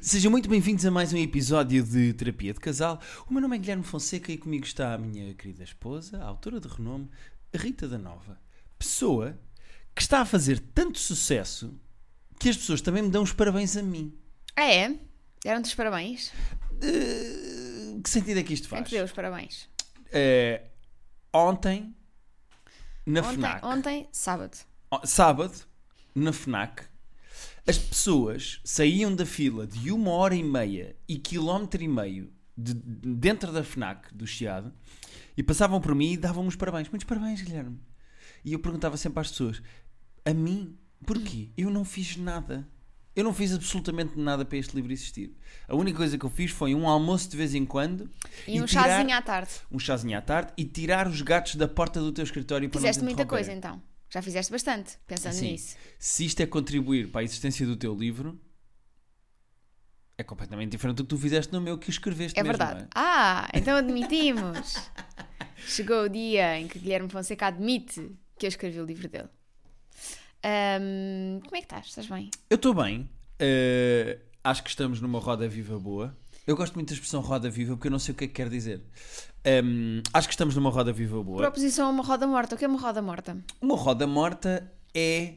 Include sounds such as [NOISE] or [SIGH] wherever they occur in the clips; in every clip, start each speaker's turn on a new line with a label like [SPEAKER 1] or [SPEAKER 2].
[SPEAKER 1] Sejam muito bem-vindos a mais um episódio de Terapia de Casal. O meu nome é Guilherme Fonseca e comigo está a minha querida esposa, a autora de renome, Rita da Nova. Pessoa que está a fazer tanto sucesso que as pessoas também me dão os parabéns a mim.
[SPEAKER 2] Ah, é? Deram-te os parabéns?
[SPEAKER 1] Eh, que sentido é que isto
[SPEAKER 2] Quem
[SPEAKER 1] faz?
[SPEAKER 2] te deu os parabéns?
[SPEAKER 1] Eh, ontem, na FNAC.
[SPEAKER 2] Ontem, ontem, sábado.
[SPEAKER 1] Ó, sábado, na FNAC, as pessoas saíam da fila de uma hora e meia e quilómetro e meio de, de- dentro da FNAC, do Chiado, e passavam por mim e davam-me os parabéns. Muitos parabéns, Guilherme. E eu perguntava sempre às pessoas, a mim, porquê? Eu não fiz nada. Eu não fiz absolutamente nada para este livro existir. A única coisa que eu fiz foi um almoço de vez em quando
[SPEAKER 2] E, um
[SPEAKER 1] tirar-
[SPEAKER 2] chazinho à tarde.
[SPEAKER 1] um chazinho à tarde e tirar os gatos da porta do teu escritório para
[SPEAKER 2] Fizeste
[SPEAKER 1] não te
[SPEAKER 2] muita
[SPEAKER 1] interromperem.
[SPEAKER 2] coisa então. Já fizeste bastante, pensando
[SPEAKER 1] Sim.
[SPEAKER 2] Tá nisso.
[SPEAKER 1] Se isto é contribuir para a existência do teu livro, é completamente diferente do que tu fizeste no meu que o escreveste
[SPEAKER 2] É
[SPEAKER 1] mesmo,
[SPEAKER 2] verdade.
[SPEAKER 1] não é?
[SPEAKER 2] Ah,
[SPEAKER 1] [LAUGHS]
[SPEAKER 2] então admitimos. Chegou o dia em que Guilherme Fonseca admite que eu escrevi o livro dele. Ahm, como é que estás? Estás bem?
[SPEAKER 1] Eu estou bem. eh, acho que estamos numa roda viva boa. Eu gosto muito da expressão roda viva porque eu não sei o que é que quer dizer. Ehm, acho que estamos numa roda viva boa.
[SPEAKER 2] Proposição a uma roda morta. O que é uma roda morta?
[SPEAKER 1] Uma roda morta é.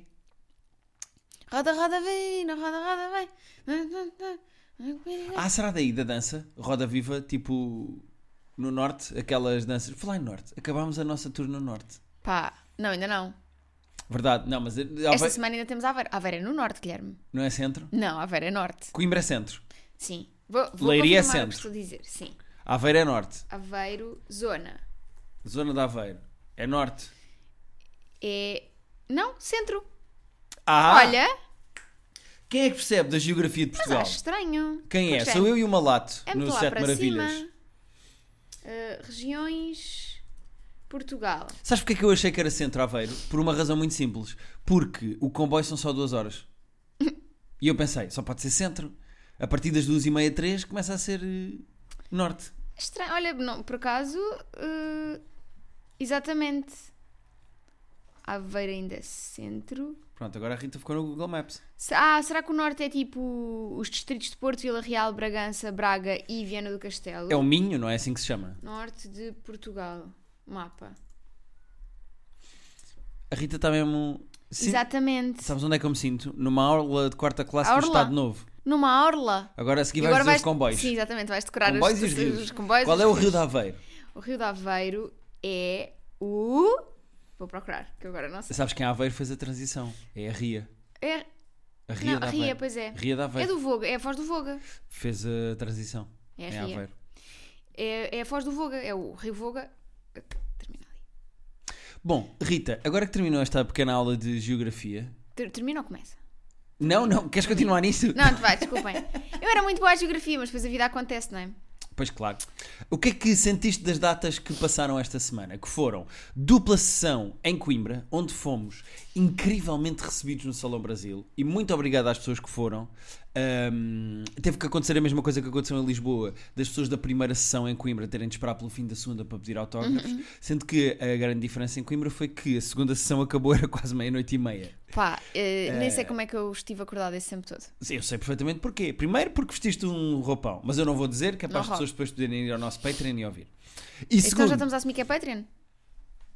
[SPEAKER 2] Roda, roda, vem, roda, roda, vem.
[SPEAKER 1] Ah, será daí da dança? Roda viva, tipo. No norte, aquelas danças. Falar em norte. Acabámos a nossa tour no norte.
[SPEAKER 2] Pá, não, ainda não.
[SPEAKER 1] Verdade, não, mas. eh,
[SPEAKER 2] Esta
[SPEAKER 1] Alve-
[SPEAKER 2] semana ainda temos a Aveira. A Aveira é no norte, Guilherme.
[SPEAKER 1] Não é centro?
[SPEAKER 2] Não, Aveira é norte.
[SPEAKER 1] Coimbra é centro.
[SPEAKER 2] Sim. Vou, vou
[SPEAKER 1] Leiria é
[SPEAKER 2] confirmar o que
[SPEAKER 1] centro.
[SPEAKER 2] estou a dizer. Sim.
[SPEAKER 1] Aveiro é norte.
[SPEAKER 2] Aveiro, zona.
[SPEAKER 1] Zona de Aveiro. É norte.
[SPEAKER 2] É. Não, centro.
[SPEAKER 1] Ah!
[SPEAKER 2] Olha,
[SPEAKER 1] Quem é que percebe da geografia de
[SPEAKER 2] mas
[SPEAKER 1] Portugal?
[SPEAKER 2] acho estranho.
[SPEAKER 1] Quem é?
[SPEAKER 2] Pois
[SPEAKER 1] Sou eu e o Malato
[SPEAKER 2] É muito
[SPEAKER 1] no
[SPEAKER 2] lá
[SPEAKER 1] Sete
[SPEAKER 2] para
[SPEAKER 1] Maravilhas.
[SPEAKER 2] cima. Ah, regiões. Portugal.
[SPEAKER 1] Sabes porque é que eu achei que era centro Aveiro? Por uma razão muito simples. Porque o comboio são só duas
[SPEAKER 2] [LAUGHS]
[SPEAKER 1] horas. E eu pensei, só pode ser centro. A partir das duas e meia, três, começa a ser eh, norte.
[SPEAKER 2] É Estranho. Olha, não, por acaso. ah, exatamente. Aveiro ainda é centro.
[SPEAKER 1] Pronto, agora a Rita ficou no Google Maps.
[SPEAKER 2] Se- Ah, será que o norte é tipo os distritos de Porto, Vila Real, Bragança, Braga e Viana do Castelo?
[SPEAKER 1] É o Minho, não é assim que se chama?
[SPEAKER 2] Norte de Portugal. Mapa.
[SPEAKER 1] A Rita está mesmo... Sim.
[SPEAKER 2] Exatamente.
[SPEAKER 1] Sabes onde é que eu me sinto? Numa aula de quarta classe do
[SPEAKER 2] Aula.
[SPEAKER 1] Estado Novo.
[SPEAKER 2] Numa orla.
[SPEAKER 1] Agora a seguir
[SPEAKER 2] E
[SPEAKER 1] vais dizer os comboios.
[SPEAKER 2] Sim, exatamente. Vais decorar os-
[SPEAKER 1] Comboios e
[SPEAKER 2] os,
[SPEAKER 1] os rios.
[SPEAKER 2] os comboios.
[SPEAKER 1] Qual
[SPEAKER 2] e
[SPEAKER 1] é o
[SPEAKER 2] os
[SPEAKER 1] Rio de Aveiro?
[SPEAKER 2] O Rio de Aveiro é o. Vou procurar, que eu agora não sei.
[SPEAKER 1] Sabes quem a Aveiro fez a transição? É a Ria.
[SPEAKER 2] É...
[SPEAKER 1] A Ria
[SPEAKER 2] Não,
[SPEAKER 1] da Aveiro.
[SPEAKER 2] Ria, pois é.
[SPEAKER 1] Ria da
[SPEAKER 2] É
[SPEAKER 1] Aveiro.
[SPEAKER 2] do Voga, é a voz do Voga.
[SPEAKER 1] Fez a transição.
[SPEAKER 2] É a
[SPEAKER 1] em
[SPEAKER 2] Ria.
[SPEAKER 1] Aveiro.
[SPEAKER 2] É, é a voz do Voga, é o Rio Voga. Termina ali.
[SPEAKER 1] Bom, Rita, agora que terminou esta pequena aula de geografia.
[SPEAKER 2] Ter- Termina ou começa?
[SPEAKER 1] Não, não, queres continuar nisso?
[SPEAKER 2] Não, tu vai, desculpem. Eu era muito boa à geografia, mas depois a vida acontece, não é?
[SPEAKER 1] Pois claro. O que é que sentiste das datas que passaram esta semana? Que foram dupla sessão em Coimbra, onde fomos incrivelmente recebidos no Salão Brasil. E muito obrigado às pessoas que foram. Ahm, teve que acontecer a mesma coisa que aconteceu em Lisboa, das pessoas da primeira sessão em Coimbra terem de esperar pelo fim da segunda para pedir autógrafos.
[SPEAKER 2] Uhum.
[SPEAKER 1] Sendo que a grande diferença em Coimbra foi que a segunda sessão acabou, era quase meia-noite e meia.
[SPEAKER 2] Pá, eh, nem sei como é que eu estive acordada esse tempo todo.
[SPEAKER 1] Sim, Eu sei perfeitamente porquê. Primeiro porque vestiste um roupão, mas eu não vou dizer, que é para
[SPEAKER 2] Não
[SPEAKER 1] as
[SPEAKER 2] rola.
[SPEAKER 1] pessoas depois poderem ir ao nosso Patreon e ouvir. E
[SPEAKER 2] Então
[SPEAKER 1] segundo,
[SPEAKER 2] já estamos a assumir que é Patreon?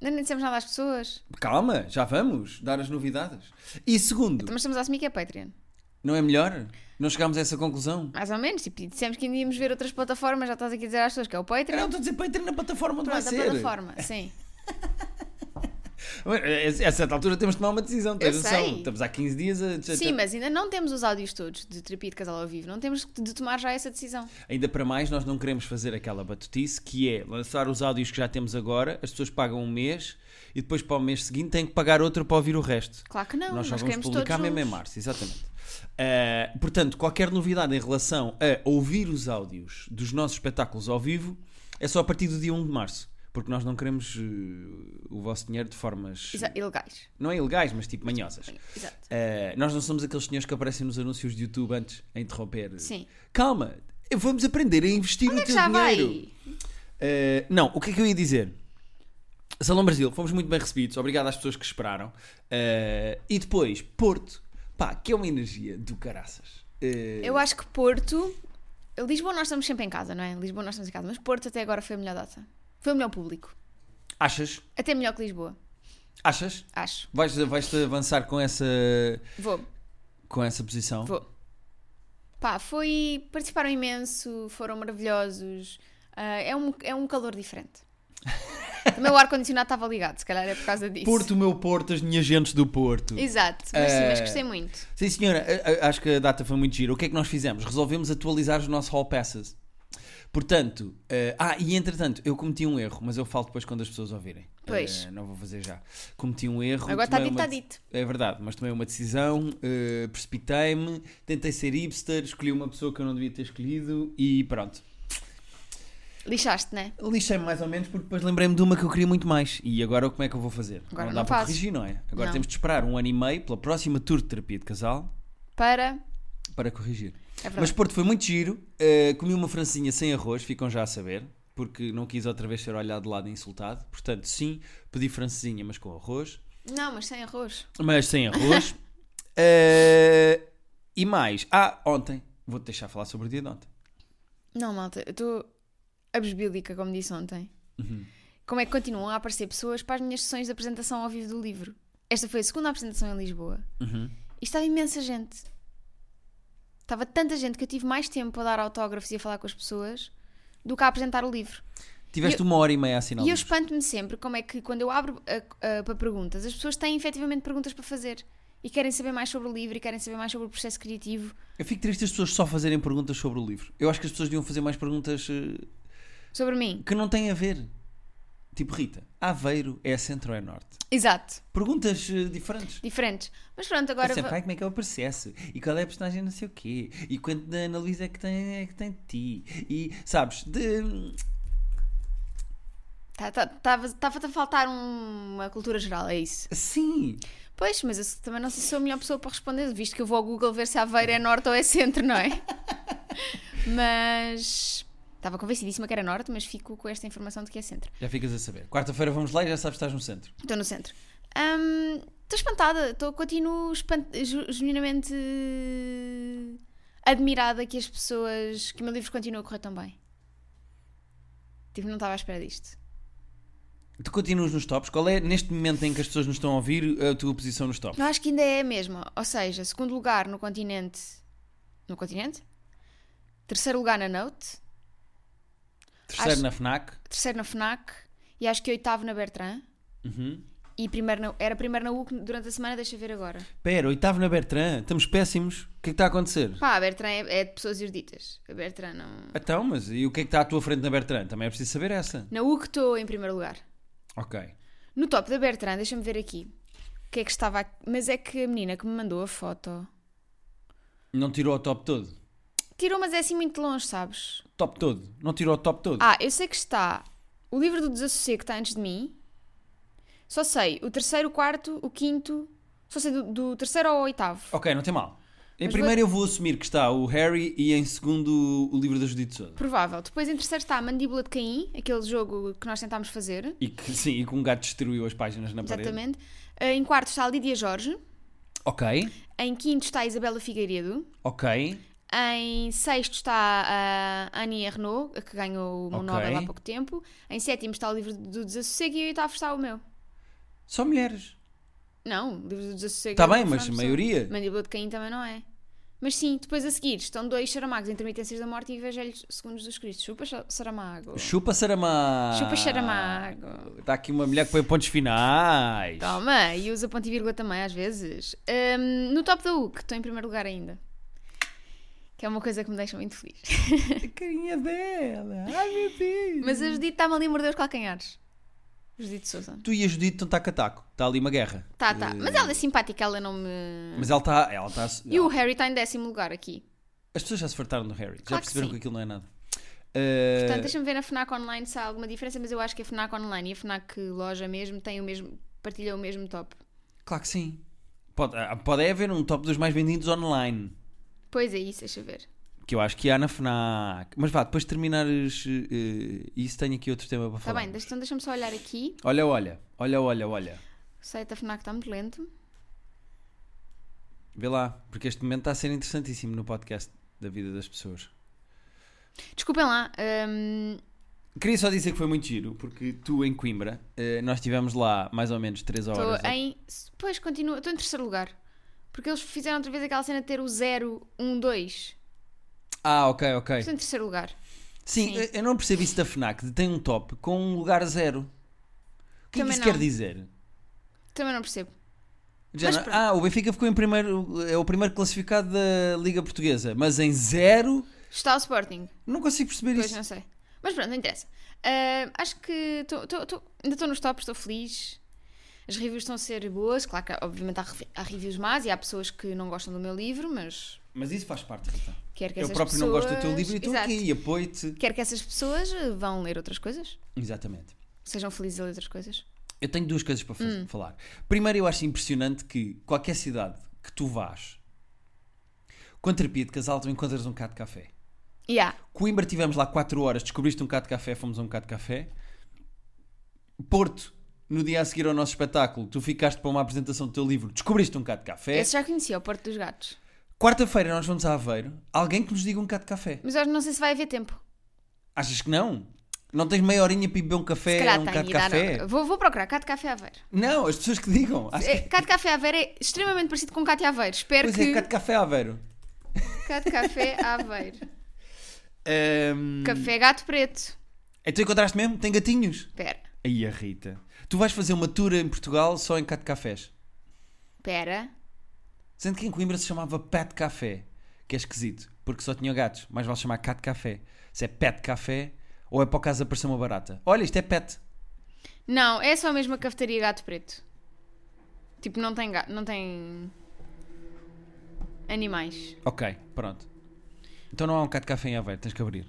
[SPEAKER 2] Ainda nem dissemos nada às pessoas.
[SPEAKER 1] calma, já vamos dar as novidades. E segundo,
[SPEAKER 2] Mas estamos a assumir que é Patreon.
[SPEAKER 1] não é melhor? Não chegámos a essa conclusão?
[SPEAKER 2] Mais ou menos. Tipo, dissemos que ainda íamos ver outras plataformas, já estás aqui a dizer às pessoas que é o
[SPEAKER 1] Não,
[SPEAKER 2] Patreon.
[SPEAKER 1] estou a dizer Patreon na plataforma onde
[SPEAKER 2] Pronto, a
[SPEAKER 1] vai ser.
[SPEAKER 2] plataforma,
[SPEAKER 1] [LAUGHS]
[SPEAKER 2] sim.
[SPEAKER 1] Eh, A a certa altura temos de tomar uma decisão, tens
[SPEAKER 2] Eu
[SPEAKER 1] noção?
[SPEAKER 2] sei.
[SPEAKER 1] Estamos há 15 dias a...
[SPEAKER 2] Sim, mas ainda não temos os áudios todos de terapia de casal ao vivo. Não temos de tomar já essa decisão.
[SPEAKER 1] Ainda para mais, nós não queremos fazer aquela batutice que é lançar os áudios que já temos agora, as pessoas pagam um mês e depois para o mês seguinte têm que pagar outro para ouvir o resto.
[SPEAKER 2] Claro que não.
[SPEAKER 1] nós
[SPEAKER 2] Nós,
[SPEAKER 1] já vamos
[SPEAKER 2] queremos
[SPEAKER 1] publicar
[SPEAKER 2] todos
[SPEAKER 1] mesmo em
[SPEAKER 2] juntos.
[SPEAKER 1] março, exatamente. Uh, portanto, qualquer novidade em relação a ouvir os áudios dos nossos espetáculos ao vivo é só a partir do dia 1 de março, porque nós não queremos uh, o vosso dinheiro de formas.
[SPEAKER 2] Exa- Ilegais.
[SPEAKER 1] Não é ilegais, mas tipo manhosas.
[SPEAKER 2] Exato.
[SPEAKER 1] Uh, nós não somos aqueles senhores que aparecem nos anúncios de YouTube antes a interromper.
[SPEAKER 2] Sim.
[SPEAKER 1] Calma, vamos aprender a investir
[SPEAKER 2] Onde
[SPEAKER 1] no
[SPEAKER 2] é que
[SPEAKER 1] teu
[SPEAKER 2] já
[SPEAKER 1] dinheiro.
[SPEAKER 2] vai?
[SPEAKER 1] Uh, não, o que é que eu ia dizer? Salão Brasil, fomos muito bem recebidos, obrigado às pessoas que Eh, esperaram. Uh, e depois, Porto, pá, que é uma energia do caraças. eh,
[SPEAKER 2] Eu acho que Porto. Lisboa nós estamos sempre em casa, não é? Lisboa nós estamos em casa, mas Porto até agora foi a melhor data. Foi o melhor público.
[SPEAKER 1] Achas?
[SPEAKER 2] Até melhor que Lisboa,
[SPEAKER 1] Achas?
[SPEAKER 2] acho.
[SPEAKER 1] Vais- Vais-te avançar com essa,
[SPEAKER 2] Vou,
[SPEAKER 1] com essa posição?
[SPEAKER 2] vou. Pá, foi. Participaram imenso, foram maravilhosos. Ah, é, um, é um calor diferente. Também o ar-condicionado estava ligado, se calhar é por causa disso.
[SPEAKER 1] Porto, meu Porto, as minhas gentes do Porto.
[SPEAKER 2] Exato, mas, sim, mas
[SPEAKER 1] Eh,
[SPEAKER 2] gostei muito.
[SPEAKER 1] Sim, senhora, a- a- acho que a data foi muito gira. O que é que nós fizemos? Resolvemos atualizar os nossos hall passes. Portanto, eh, ah, e entretanto, eu cometi um erro, mas eu falo depois quando as pessoas ouvirem.
[SPEAKER 2] Pois.
[SPEAKER 1] Eh, não vou fazer já. Cometi um erro.
[SPEAKER 2] Agora está
[SPEAKER 1] tomei
[SPEAKER 2] dito,
[SPEAKER 1] uma
[SPEAKER 2] está
[SPEAKER 1] dec-
[SPEAKER 2] dito.
[SPEAKER 1] É verdade, mas tomei uma decisão, eh, precipitei-me, tentei ser hipster, escolhi uma pessoa que eu não devia ter escolhido e pronto.
[SPEAKER 2] Lixaste, né?
[SPEAKER 1] Lixei-me mais ou menos porque depois lembrei-me de uma que eu queria muito mais. E agora como é que eu vou fazer?
[SPEAKER 2] Agora
[SPEAKER 1] não
[SPEAKER 2] não
[SPEAKER 1] dá para
[SPEAKER 2] fazes.
[SPEAKER 1] corrigir, não é? Agora
[SPEAKER 2] Não.
[SPEAKER 1] temos de esperar um ano e meio pela próxima tour de terapia de casal
[SPEAKER 2] Para.
[SPEAKER 1] para corrigir.
[SPEAKER 2] É verdade.
[SPEAKER 1] Mas Porto foi muito giro. eh, comi uma francinha sem arroz, ficam já a saber, porque não quis outra vez ser olhado de lado e insultado. Portanto, sim, pedi francesinha, mas com arroz.
[SPEAKER 2] Não, mas sem arroz.
[SPEAKER 1] Mas sem
[SPEAKER 2] [LAUGHS]
[SPEAKER 1] arroz. Eh, e mais. Ah, ontem. Vou-te deixar falar sobre o dia de ontem.
[SPEAKER 2] Não, malta, eu estou absbílica, como disse ontem.
[SPEAKER 1] Uhum.
[SPEAKER 2] Como é que continuam a aparecer pessoas para as minhas sessões de apresentação ao vivo do livro? Esta foi a segunda apresentação em Lisboa.
[SPEAKER 1] Uhum.
[SPEAKER 2] E estava imensa gente. Estava tanta gente que eu tive mais tempo a dar autógrafos e a falar com as pessoas do que a apresentar o livro.
[SPEAKER 1] Tiveste uma hora e meia a assinar
[SPEAKER 2] E eu
[SPEAKER 1] livros.
[SPEAKER 2] espanto-me sempre como é que quando eu abro a- a- para perguntas, as pessoas têm efetivamente perguntas para fazer. E querem saber mais sobre o livro e querem saber mais sobre o processo criativo.
[SPEAKER 1] Eu fico triste as pessoas só fazerem perguntas sobre o livro. Eu acho que as pessoas deviam fazer mais perguntas eh,
[SPEAKER 2] Sobre mim.
[SPEAKER 1] que não têm a ver. Tipo, Rita, Aveiro é centro ou é norte?
[SPEAKER 2] Exato.
[SPEAKER 1] Perguntas eh, diferentes.
[SPEAKER 2] Diferentes. Mas pronto, agora.
[SPEAKER 1] É sempre,
[SPEAKER 2] va-
[SPEAKER 1] "Ai, como é que é o processo? E qual é a personagem não sei o quê? E quanto da Ana Luísa é que tem, é que tem de ti? E, sabes, de...
[SPEAKER 2] Tá, Estava a faltar um- uma cultura geral, é isso.
[SPEAKER 1] Sim!
[SPEAKER 2] Pois, mas eu também não sei se sou a melhor pessoa para responder, visto que eu vou ao Google ver se Aveiro é norte ou é centro, não é? mas estava convencidíssima que era norte, mas fico com esta informação de que é centro.
[SPEAKER 1] Já ficas a saber. Quarta-feira vamos lá e já sabes que estás no centro.
[SPEAKER 2] Estou no centro. Hum, Estou espantada, estou continuo espan- ju- genuinamente admirada que as pessoas. que o meu livro continua a correr tão bem. Tipo, não estava à espera disto.
[SPEAKER 1] Tu continuas nos tops. Qual é, neste momento em que as pessoas nos estão a ouvir, a tua posição nos tops?
[SPEAKER 2] Eu acho que ainda é a mesma. Ou seja, segundo lugar no continente. No continente? Terceiro lugar na Note.
[SPEAKER 1] Terceiro
[SPEAKER 2] acho-
[SPEAKER 1] na FNAC.
[SPEAKER 2] Terceiro na Fnac. E acho que oitavo na Bertrand.
[SPEAKER 1] Uhum.
[SPEAKER 2] E primeiro na- era primeiro na UC durante a semana, deixa ver agora.
[SPEAKER 1] Pera, oitavo na Bertrand. Estamos péssimos. O que é que está a acontecer?
[SPEAKER 2] Pá, a Bertrand é, é de pessoas eruditas. A Bertrand não.
[SPEAKER 1] Então, mas e o que é que está à tua frente na Bertrand? Também é preciso saber essa.
[SPEAKER 2] Na UC estou em primeiro lugar.
[SPEAKER 1] Ok.
[SPEAKER 2] No top da Bertrand, deixa-me ver aqui. O que é que estava aqui? Mas é que a menina que me mandou a foto
[SPEAKER 1] Não tirou o top todo?
[SPEAKER 2] tirou, mas é assim muito longe, sabes?
[SPEAKER 1] Top todo. Não tirou o top todo?
[SPEAKER 2] Ah, eu sei que está. O livro do Desassossego está antes de mim. Só sei o terceiro, o quarto, o quinto. Só sei do, do terceiro ao oitavo.
[SPEAKER 1] Ok, não tem mal. Em
[SPEAKER 2] Mas
[SPEAKER 1] primeiro eu vou assumir que está o Harry e em segundo o livro da Judith Souza.
[SPEAKER 2] Provável. Depois, em terceiro, está a Mandíbula de Caim, aquele jogo que nós tentámos fazer.
[SPEAKER 1] E que sim, e que um gato destruiu as páginas na parede.
[SPEAKER 2] Exatamente. Eh, Em quarto está a Lídia Jorge.
[SPEAKER 1] Ok,
[SPEAKER 2] Em quinto está a Isabela Figueiredo.
[SPEAKER 1] ok.
[SPEAKER 2] Em sexto está a Annie Renault, que ganhou o
[SPEAKER 1] Ok.
[SPEAKER 2] Nobel há pouco tempo. Em sétimo está o livro do Desassossego e em oitavo está o meu.
[SPEAKER 1] Só mulheres.
[SPEAKER 2] Não, o livro do Desassossego.
[SPEAKER 1] Está
[SPEAKER 2] é
[SPEAKER 1] Tá bem,
[SPEAKER 2] uma
[SPEAKER 1] mas a
[SPEAKER 2] pessoa.
[SPEAKER 1] maioria.
[SPEAKER 2] Mandíbula de Caim também não é. Mas sim, depois a seguir estão dois Saramagos, Intermitências da Morte e Evangelhos segundo Jesus Cristo. Chupa Sa-
[SPEAKER 1] [LAUGHS]
[SPEAKER 2] Saramago.
[SPEAKER 1] Chupa Saramago.
[SPEAKER 2] Chupa Saramago. Tá
[SPEAKER 1] Está aqui uma mulher que põe pontos finais.
[SPEAKER 2] Toma, e usa ponto e vírgula também às vezes. Ahm, no top da UC, estou em primeiro lugar ainda. Que é uma coisa que me deixa muito feliz.
[SPEAKER 1] A carinha dela. Ai meu Deus.
[SPEAKER 2] Mas a Judite está-me ali a morder os calcanhares. Judite Souza.
[SPEAKER 1] Tu e a Judith estão taco a taco. Está ali uma guerra.
[SPEAKER 2] Tá, tá. Mas ela é simpática, ela não me.
[SPEAKER 1] Mas ela está. Ela está
[SPEAKER 2] E o Harry está em décimo lugar aqui.
[SPEAKER 1] As pessoas já se fartaram do Harry. já
[SPEAKER 2] Claro que
[SPEAKER 1] perceberam que,
[SPEAKER 2] sim.
[SPEAKER 1] aquilo não é nada. Eh,
[SPEAKER 2] Portanto, deixa-me ver na Fnac Online se há alguma diferença, mas eu acho que a Fnac Online e a Fnac loja mesmo têm o mesmo. partilham o mesmo top.
[SPEAKER 1] Claro que sim. Pode, ah, pode é haver um top dos mais vendidos online.
[SPEAKER 2] Pois é isso, deixa eu ver.
[SPEAKER 1] Que eu acho que há na FNAC. Mas vá, depois de terminares eh, isso, tenho aqui outro tema para
[SPEAKER 2] Está
[SPEAKER 1] falar.
[SPEAKER 2] bem, deixa- então deixa-me só olhar aqui.
[SPEAKER 1] Olha, olha, olha, olha, olha.
[SPEAKER 2] tá O site da Fnac está muito lento.
[SPEAKER 1] Vê lá, porque este momento está a ser interessantíssimo no podcast da vida das pessoas.
[SPEAKER 2] Desculpem lá. hum,
[SPEAKER 1] Queria só dizer que foi muito giro, porque tu em Coimbra, eh, nós estivemos lá mais ou menos 3
[SPEAKER 2] Estou
[SPEAKER 1] horas.
[SPEAKER 2] em. Pois, continua. Estou em terceiro lugar. Porque eles fizeram outra vez aquela cena de ter o 0, 1, 2.
[SPEAKER 1] Ah, ok, ok.
[SPEAKER 2] Estou em terceiro lugar.
[SPEAKER 1] Sim, eh,
[SPEAKER 2] Sim.
[SPEAKER 1] eu- eu não percebi isso da FNAC, de ter um top com um lugar zero. O que é que
[SPEAKER 2] Também
[SPEAKER 1] isso
[SPEAKER 2] não.
[SPEAKER 1] quer dizer?
[SPEAKER 2] Também não percebo.
[SPEAKER 1] Já
[SPEAKER 2] Mas
[SPEAKER 1] não-
[SPEAKER 2] pronto.
[SPEAKER 1] Ah, o Benfica ficou em primeiro, é o primeiro classificado da Liga Portuguesa, mas em zero,
[SPEAKER 2] Está o Sporting.
[SPEAKER 1] não consigo perceber
[SPEAKER 2] Pois,
[SPEAKER 1] isso.
[SPEAKER 2] não sei. Mas pronto, não interessa. Ah, acho que tô- tô- tô- ainda estou nos tops, estou feliz. As reviews estão a ser boas. Claro que, obviamente, há, revi- há reviews más e há pessoas que não gostam do meu livro, mas
[SPEAKER 1] Mas isso faz parte, Rita.
[SPEAKER 2] quero que
[SPEAKER 1] Eu
[SPEAKER 2] essas
[SPEAKER 1] próprio
[SPEAKER 2] pessoas...
[SPEAKER 1] não gosto do teu livro e estou
[SPEAKER 2] Exato.
[SPEAKER 1] aqui e apoio-te.
[SPEAKER 2] Quero que essas pessoas eh, vão ler outras coisas.
[SPEAKER 1] Exatamente.
[SPEAKER 2] Sejam felizes a ler outras coisas.
[SPEAKER 1] Eu tenho duas coisas para fa-
[SPEAKER 2] Hum.
[SPEAKER 1] falar. Primeiro, eu acho impressionante que qualquer cidade que tu vás com terapia de casal, tu encontras um bocado de café.
[SPEAKER 2] Yeah.
[SPEAKER 1] Coimbra tivemos lá 4 horas, descobriste um bocado de café, fomos a um bocado de café. Porto, no dia a seguir ao nosso espetáculo, tu ficaste para uma apresentação do teu livro, descobriste um bocado de café.
[SPEAKER 2] Esse já conhecia, o Porto dos Gatos.
[SPEAKER 1] Quarta-feira nós vamos a Aveiro, alguém que nos diga um bocado de café.
[SPEAKER 2] Mas hoje não sei se vai haver tempo.
[SPEAKER 1] Achas que não? Não tens meia horinha para ir beber um
[SPEAKER 2] Se
[SPEAKER 1] café,
[SPEAKER 2] calhar
[SPEAKER 1] um
[SPEAKER 2] tem
[SPEAKER 1] bocado de
[SPEAKER 2] e dá.
[SPEAKER 1] café?
[SPEAKER 2] não. Vou, vou procurar. Cá de Café Aveiro.
[SPEAKER 1] Não, as pessoas que digam. Acho
[SPEAKER 2] É,
[SPEAKER 1] que...
[SPEAKER 2] Cá de Café Aveiro é extremamente parecido com Cá de Aveiro. Espero
[SPEAKER 1] Pois é,
[SPEAKER 2] que.
[SPEAKER 1] cá de café Aveiro.
[SPEAKER 2] Cá de Café Aveiro.
[SPEAKER 1] Ahm,
[SPEAKER 2] Café Gato Preto.
[SPEAKER 1] É tu encontraste mesmo? Tem gatinhos?
[SPEAKER 2] Pera,
[SPEAKER 1] Aí a Rita. Tu vais fazer uma tour em Portugal só em Cat Cafés.
[SPEAKER 2] pera.
[SPEAKER 1] Sendo que em Coimbra se chamava Pet Café, que é esquisito, porque só tinha gatos. Mas vale chamar Cat Café. Se é Pet Café ou é para o caso aparecer uma barata. Olha, isto é Pet.
[SPEAKER 2] Não, é só mesmo a cafetaria Gato Preto. Tipo, não tem gato, não tem animais.
[SPEAKER 1] Ok, pronto. Então não há um Cat Café em Aveiro, tens que abrir.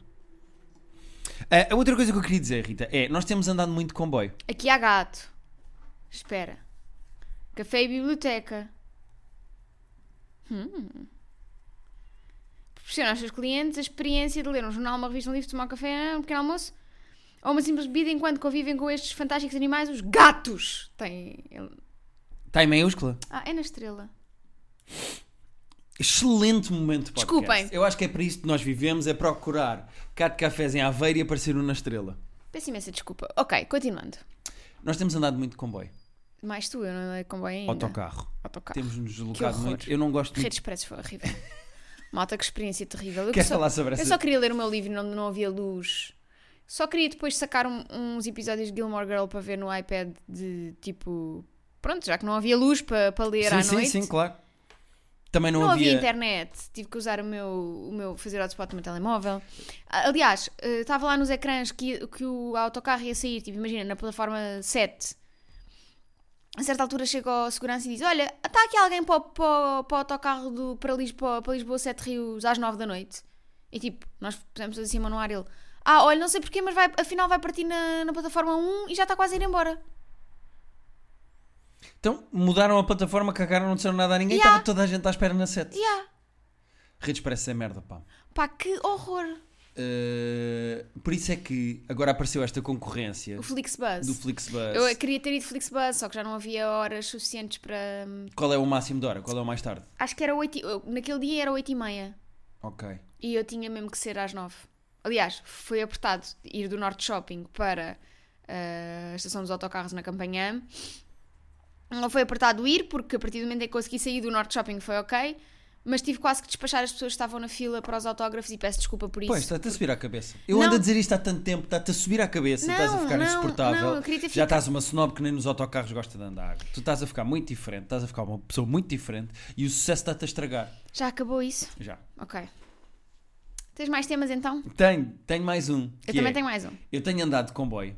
[SPEAKER 1] Ah, a outra coisa que eu queria dizer, Rita, é nós temos andado muito de comboio.
[SPEAKER 2] Aqui há gato. Espera. Café e biblioteca. Hum. Proporciona aos seus clientes a experiência de ler um jornal, uma revista, um livro, tomar um café, um pequeno almoço ou uma simples bebida enquanto convivem com estes fantásticos animais, os gatos. Tem. ele-
[SPEAKER 1] Está Tá em maiúscula?
[SPEAKER 2] Ah, é na estrela.
[SPEAKER 1] Excelente momento podcast.
[SPEAKER 2] Desculpem.
[SPEAKER 1] Eu acho que é para isto que nós vivemos, é procurar Cat Cafés em Aveiro e aparecer um na estrela.
[SPEAKER 2] Peço imensa desculpa. Ok, continuando.
[SPEAKER 1] Nós temos andado muito de comboio,
[SPEAKER 2] Mais tu, eu não andei com bem ainda.
[SPEAKER 1] autocarro.
[SPEAKER 2] Autocarro.
[SPEAKER 1] Temos nos deslocado
[SPEAKER 2] horror.
[SPEAKER 1] muito. Eu não gosto muito.
[SPEAKER 2] Redes Expressos foi horrível. [LAUGHS] Malta, que experiência terrível. Eu,
[SPEAKER 1] Quer
[SPEAKER 2] só,
[SPEAKER 1] falar sobre
[SPEAKER 2] eu
[SPEAKER 1] essa?
[SPEAKER 2] só queria ler o meu livro e não, não havia luz. Só queria depois sacar um- uns episódios de Gilmore Girl para ver no iPad de tipo. Pronto, já que não havia luz para, para ler à
[SPEAKER 1] sim,
[SPEAKER 2] noite.
[SPEAKER 1] sim, sim, claro. Também não,
[SPEAKER 2] Não havia...
[SPEAKER 1] havia.
[SPEAKER 2] internet, tive que usar o meu, o meu fazer hotspot no meu telemóvel. Ah, Aliás, eh, estava lá nos ecrãs que, que o autocarro ia sair, tipo, imagina, na plataforma 7. A certa altura chega ao segurança e diz: Olha, está aqui alguém para, o- para, o- para o autocarro do, para, Lisboa, para Lisboa 7 Rios às 9 da noite. E tipo, nós pusemos assim a mão no ar e ele: Ah, olha, não sei porquê, mas vai, afinal vai partir na, na plataforma 1 e já está quase a ir embora.
[SPEAKER 1] Então mudaram a plataforma, cagaram, não disseram nada a ninguém.
[SPEAKER 2] Yeah.
[SPEAKER 1] Estava toda a gente à espera na 7.
[SPEAKER 2] E yeah.
[SPEAKER 1] Redes parece é merda, pá.
[SPEAKER 2] pá, que horror!
[SPEAKER 1] Uh, por isso é que agora apareceu esta concorrência
[SPEAKER 2] O Flixbus.
[SPEAKER 1] do Flixbus.
[SPEAKER 2] Eu é queria ter ido Flixbus, só que já não havia horas suficientes para. hum,
[SPEAKER 1] Qual é o máximo de hora? Qual é o mais tarde?
[SPEAKER 2] Acho que era 8 e... eu- Naquele dia era 8 e meia.
[SPEAKER 1] Ok.
[SPEAKER 2] E eu tinha mesmo que ser às 9. Aliás, foi apertado ir do Norte Shopping para ah, a estação dos autocarros na Campanhã. Não foi apertado ir, porque a partir do momento em que consegui sair do Norte Shopping foi ok. Mas tive quase que despachar as pessoas que estavam na fila para os autógrafos e peço desculpa por isso.
[SPEAKER 1] Pois, tá. está-te a subir à cabeça. Eu
[SPEAKER 2] Não.
[SPEAKER 1] ando a dizer isto há tanto tempo, está-te a subir à cabeça,
[SPEAKER 2] Não,
[SPEAKER 1] estás a ficar
[SPEAKER 2] não,
[SPEAKER 1] insuportável.
[SPEAKER 2] não, eu queria ter
[SPEAKER 1] Já
[SPEAKER 2] ficado-
[SPEAKER 1] estás uma snob que nem nos autocarros gosta de andar. Tu estás a ficar muito diferente, estás a ficar uma pessoa muito diferente e o sucesso está-te a estragar.
[SPEAKER 2] Já acabou isso?
[SPEAKER 1] Já.
[SPEAKER 2] Ok. Tens mais temas então?
[SPEAKER 1] Tenho, tenho mais um. que
[SPEAKER 2] eu também
[SPEAKER 1] é,
[SPEAKER 2] tenho mais um.
[SPEAKER 1] Eu tenho andado de comboio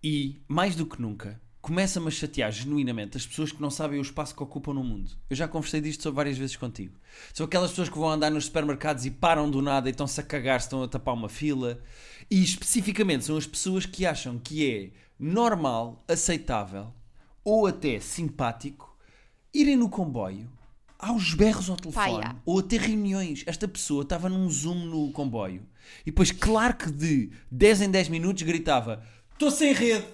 [SPEAKER 1] e, mais do que nunca, começa-me a chatear genuinamente as pessoas que não sabem o espaço que ocupam no mundo. Eu já conversei disto só várias vezes contigo. São aquelas pessoas que vão andar nos supermercados e param do nada e estão-se a cagar, se estão a tapar uma fila. E, especificamente, são as pessoas que acham que é normal, aceitável ou até simpático irem no comboio aos berros ao telefone
[SPEAKER 2] Pá, já.
[SPEAKER 1] ou até reuniões. Esta pessoa estava num zoom no comboio e depois, claro que de 10 em 10 minutos, gritava: Estou sem rede,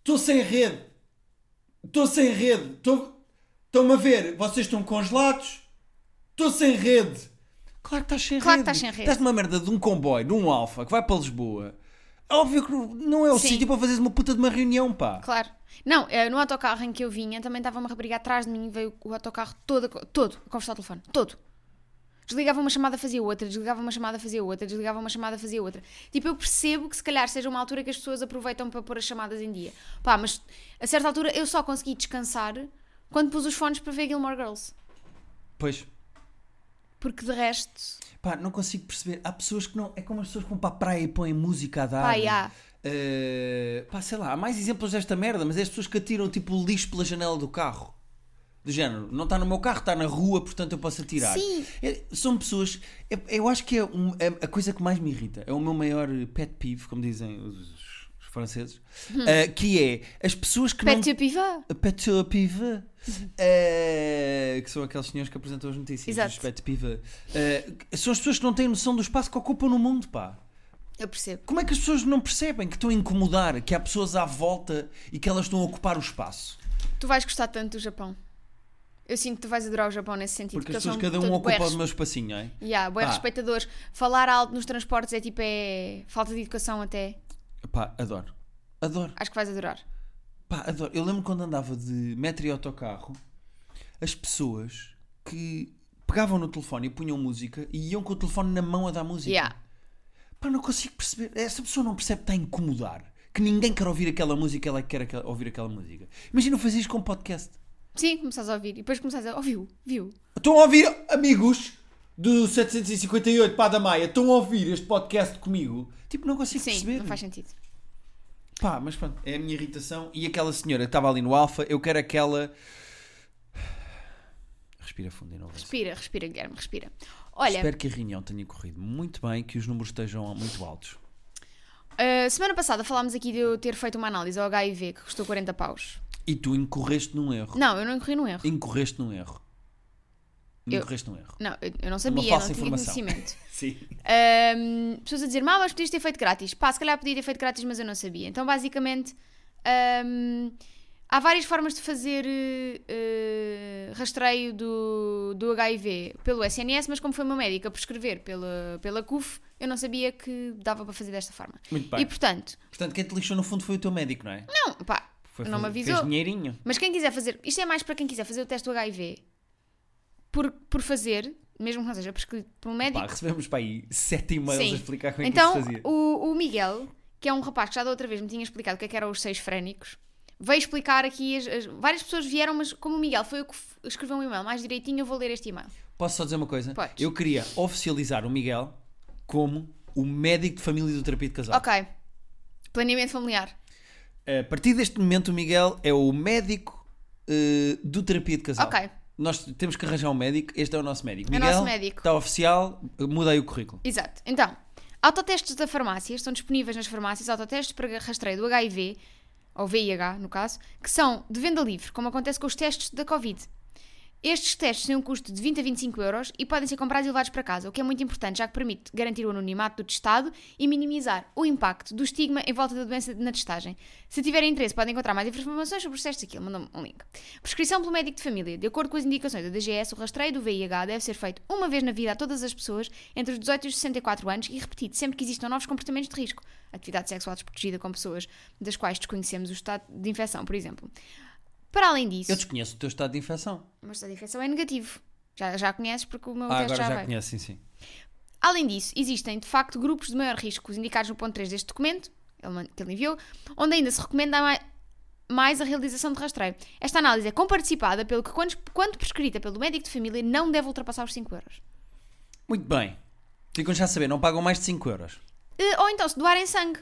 [SPEAKER 1] estou sem rede, estou sem rede, estou Estão-me a ver, vocês estão congelados, estou sem rede. Claro que estás sem
[SPEAKER 2] Claro que
[SPEAKER 1] rede.
[SPEAKER 2] estás sem rede.
[SPEAKER 1] Estás numa merda de um comboio, num alfa, que vai para Lisboa. É óbvio que não é o
[SPEAKER 2] Sim.
[SPEAKER 1] sítio para fazeres uma puta de uma reunião, pá.
[SPEAKER 2] Claro. Não, eh, no autocarro em que eu vinha também estava uma rapariga atrás de mim e veio o autocarro todo, a co- todo a conversar ao telefone. Todo. Desligava uma chamada, fazia outra, desligava uma chamada, fazia outra, desligava uma chamada, fazia outra. Tipo, eu percebo que se calhar seja uma altura que as pessoas aproveitam para pôr as chamadas em dia. Pá, mas a certa altura eu só consegui descansar quando pus os fones para ver Gilmore Girls.
[SPEAKER 1] Pois.
[SPEAKER 2] Porque de resto.
[SPEAKER 1] Pá, não consigo perceber. Há pessoas que não. É como as pessoas que vão para a praia e põem música a dar.
[SPEAKER 2] Pá, já.
[SPEAKER 1] Eh, pá, sei lá, há mais exemplos desta merda, mas é as pessoas que atiram tipo o lixo pela janela do carro. Do género, não está no meu carro, está na rua, portanto eu posso atirar.
[SPEAKER 2] Sim.
[SPEAKER 1] É, são pessoas. é- eu acho que é, um- é a coisa que mais me irrita. É o meu maior pet peeve, como dizem os, os franceses. eh, que é as pessoas que não.
[SPEAKER 2] Hum. Pet Piva.
[SPEAKER 1] Pet Piva, eh, que são aqueles senhores que apresentam as notícias.
[SPEAKER 2] Uhum. Exato.
[SPEAKER 1] os Pet Piva. Eh, são as pessoas que não têm noção do espaço que ocupam no mundo, pá.
[SPEAKER 2] Eu percebo.
[SPEAKER 1] Como é que as pessoas não percebem que estão a incomodar, que há pessoas à volta e que elas estão a ocupar o espaço?
[SPEAKER 2] Tu vais gostar tanto do Japão. Eu sinto que tu vais adorar o Japão nesse sentido.
[SPEAKER 1] Porque as
[SPEAKER 2] eles
[SPEAKER 1] pessoas,
[SPEAKER 2] são
[SPEAKER 1] cada um
[SPEAKER 2] todo bué
[SPEAKER 1] ocupa o meu espacinho, é?
[SPEAKER 2] Yeah, bué
[SPEAKER 1] Pá.
[SPEAKER 2] respeitadores. Falar alto nos transportes é tipo é falta de educação até.
[SPEAKER 1] Pá, adoro. Adoro.
[SPEAKER 2] Acho que vais adorar.
[SPEAKER 1] Pá, adoro. Eu lembro quando andava de metro e autocarro, as pessoas que pegavam no telefone e punham música e iam com o telefone na mão a dar música.
[SPEAKER 2] Yeah.
[SPEAKER 1] Pá, não consigo perceber. Essa pessoa não percebe que está a incomodar. Que ninguém quer ouvir aquela música, ela quer aquela- ouvir aquela música. Imagina fazer isto com um podcast.
[SPEAKER 2] Sim, começas a ouvir. E depois começas a. Oh, viu? Viu?
[SPEAKER 1] Estão a ouvir, amigos do 758 Pá da Maia, estão a ouvir este podcast comigo? Tipo, não consigo
[SPEAKER 2] Sim,
[SPEAKER 1] perceber.
[SPEAKER 2] não faz sentido.
[SPEAKER 1] Pá, mas pronto, é a minha irritação. E aquela senhora que estava ali no Alfa, eu quero aquela. Respira fundo e não avança.
[SPEAKER 2] Respira, respira, Guilherme, respira. Olha,
[SPEAKER 1] Espero que a reunião tenha corrido muito bem, que os números estejam muito altos.
[SPEAKER 2] ah, semana passada falámos aqui de eu ter feito uma análise ao HIV que custou 40 paus.
[SPEAKER 1] E tu incorreste num erro.
[SPEAKER 2] Não, eu não incorri num erro.
[SPEAKER 1] Incorreste num erro.
[SPEAKER 2] Eu-
[SPEAKER 1] Incorreste num erro.
[SPEAKER 2] Não, eu, eu não sabia,
[SPEAKER 1] falsa
[SPEAKER 2] não tinha
[SPEAKER 1] informação.
[SPEAKER 2] conhecimento.
[SPEAKER 1] Sim.
[SPEAKER 2] Ahm, pessoas a dizer, mal, mas podias ter feito grátis. Pá, se calhar podia ter feito grátis, mas eu não sabia. Então, basicamente, ahm, há várias formas de fazer eh, eh, rastreio do, do HIV pelo SNS, mas como foi uma médica prescrever pela, pela CUF, eu não sabia que dava para fazer desta forma.
[SPEAKER 1] Muito bem.
[SPEAKER 2] E, portanto,
[SPEAKER 1] Portanto, quem te lixou no fundo foi o teu médico, não é?
[SPEAKER 2] não, pá,
[SPEAKER 1] Foi,
[SPEAKER 2] não me
[SPEAKER 1] fez-
[SPEAKER 2] avisou.
[SPEAKER 1] Fez dinheirinho.
[SPEAKER 2] Mas quem quiser fazer, isto é mais para quem quiser fazer o teste do HIV por, por fazer, mesmo que não seja prescrito por um médico,
[SPEAKER 1] Pá, recebemos para aí sete e-mails
[SPEAKER 2] Sim.
[SPEAKER 1] a explicar como é
[SPEAKER 2] então,
[SPEAKER 1] que isso se fazia.
[SPEAKER 2] o, o Miguel, que é um rapaz que já da outra vez me tinha explicado o que é que eram os seis frénicos, veio explicar aqui. as- as- várias pessoas vieram, mas como o Miguel foi o que f- escreveu um e-mail mais direitinho, eu vou ler este e-mail.
[SPEAKER 1] Posso só dizer uma coisa?
[SPEAKER 2] Podes.
[SPEAKER 1] Eu queria oficializar o Miguel como o médico de família do terapia de casal. Eh,
[SPEAKER 2] Ok. Planeamento familiar.
[SPEAKER 1] A partir deste momento, o Miguel é o médico eh, do terapia de casal.
[SPEAKER 2] Ok.
[SPEAKER 1] Nós temos que arranjar um médico. Este é o nosso médico.
[SPEAKER 2] É o
[SPEAKER 1] Miguel,
[SPEAKER 2] nosso médico.
[SPEAKER 1] Está oficial, mudei o currículo.
[SPEAKER 2] Exato. Então, autotestes da farmácia estão disponíveis nas farmácias, autotestes para rastreio do HIV, ou VIH no caso, que são de venda livre, como acontece com os testes da Covid. Estes testes têm um custo de 20 a 25 euros e podem ser comprados e levados para casa, o que é muito importante, já que permite garantir o anonimato do testado e minimizar o impacto do estigma em volta da doença na testagem. Se tiverem interesse, podem encontrar mais informações sobre os testes aqui. Ele mandou-me um link. Prescrição pelo médico de família. De acordo com as indicações da DGS, o rastreio do VIH deve ser feito uma vez na vida a todas as pessoas entre os 18 e os 64 anos e repetido sempre que existam novos comportamentos de risco. Atividade sexual desprotegida com pessoas das quais desconhecemos o estado de infecção, por exemplo. Para além disso...
[SPEAKER 1] Eu desconheço o teu estado de infecção.
[SPEAKER 2] O meu estado de infecção é negativo. Já, já conheces porque o meu
[SPEAKER 1] ah,
[SPEAKER 2] teste
[SPEAKER 1] agora já,
[SPEAKER 2] já vai.
[SPEAKER 1] conheço, sim, sim.
[SPEAKER 2] Além disso, existem de facto grupos de maior risco, os indicados no ponto 3 deste documento, ele man- que ele enviou, onde ainda se recomenda mai- mais a realização de rastreio. Esta análise é comparticipada, pelo que, quando, quando prescrita pelo médico de família, não deve ultrapassar os 5 euros.
[SPEAKER 1] Muito bem. Ficam já a saber, não pagam mais de 5 euros.
[SPEAKER 2] Eh, Ou então, se doarem sangue.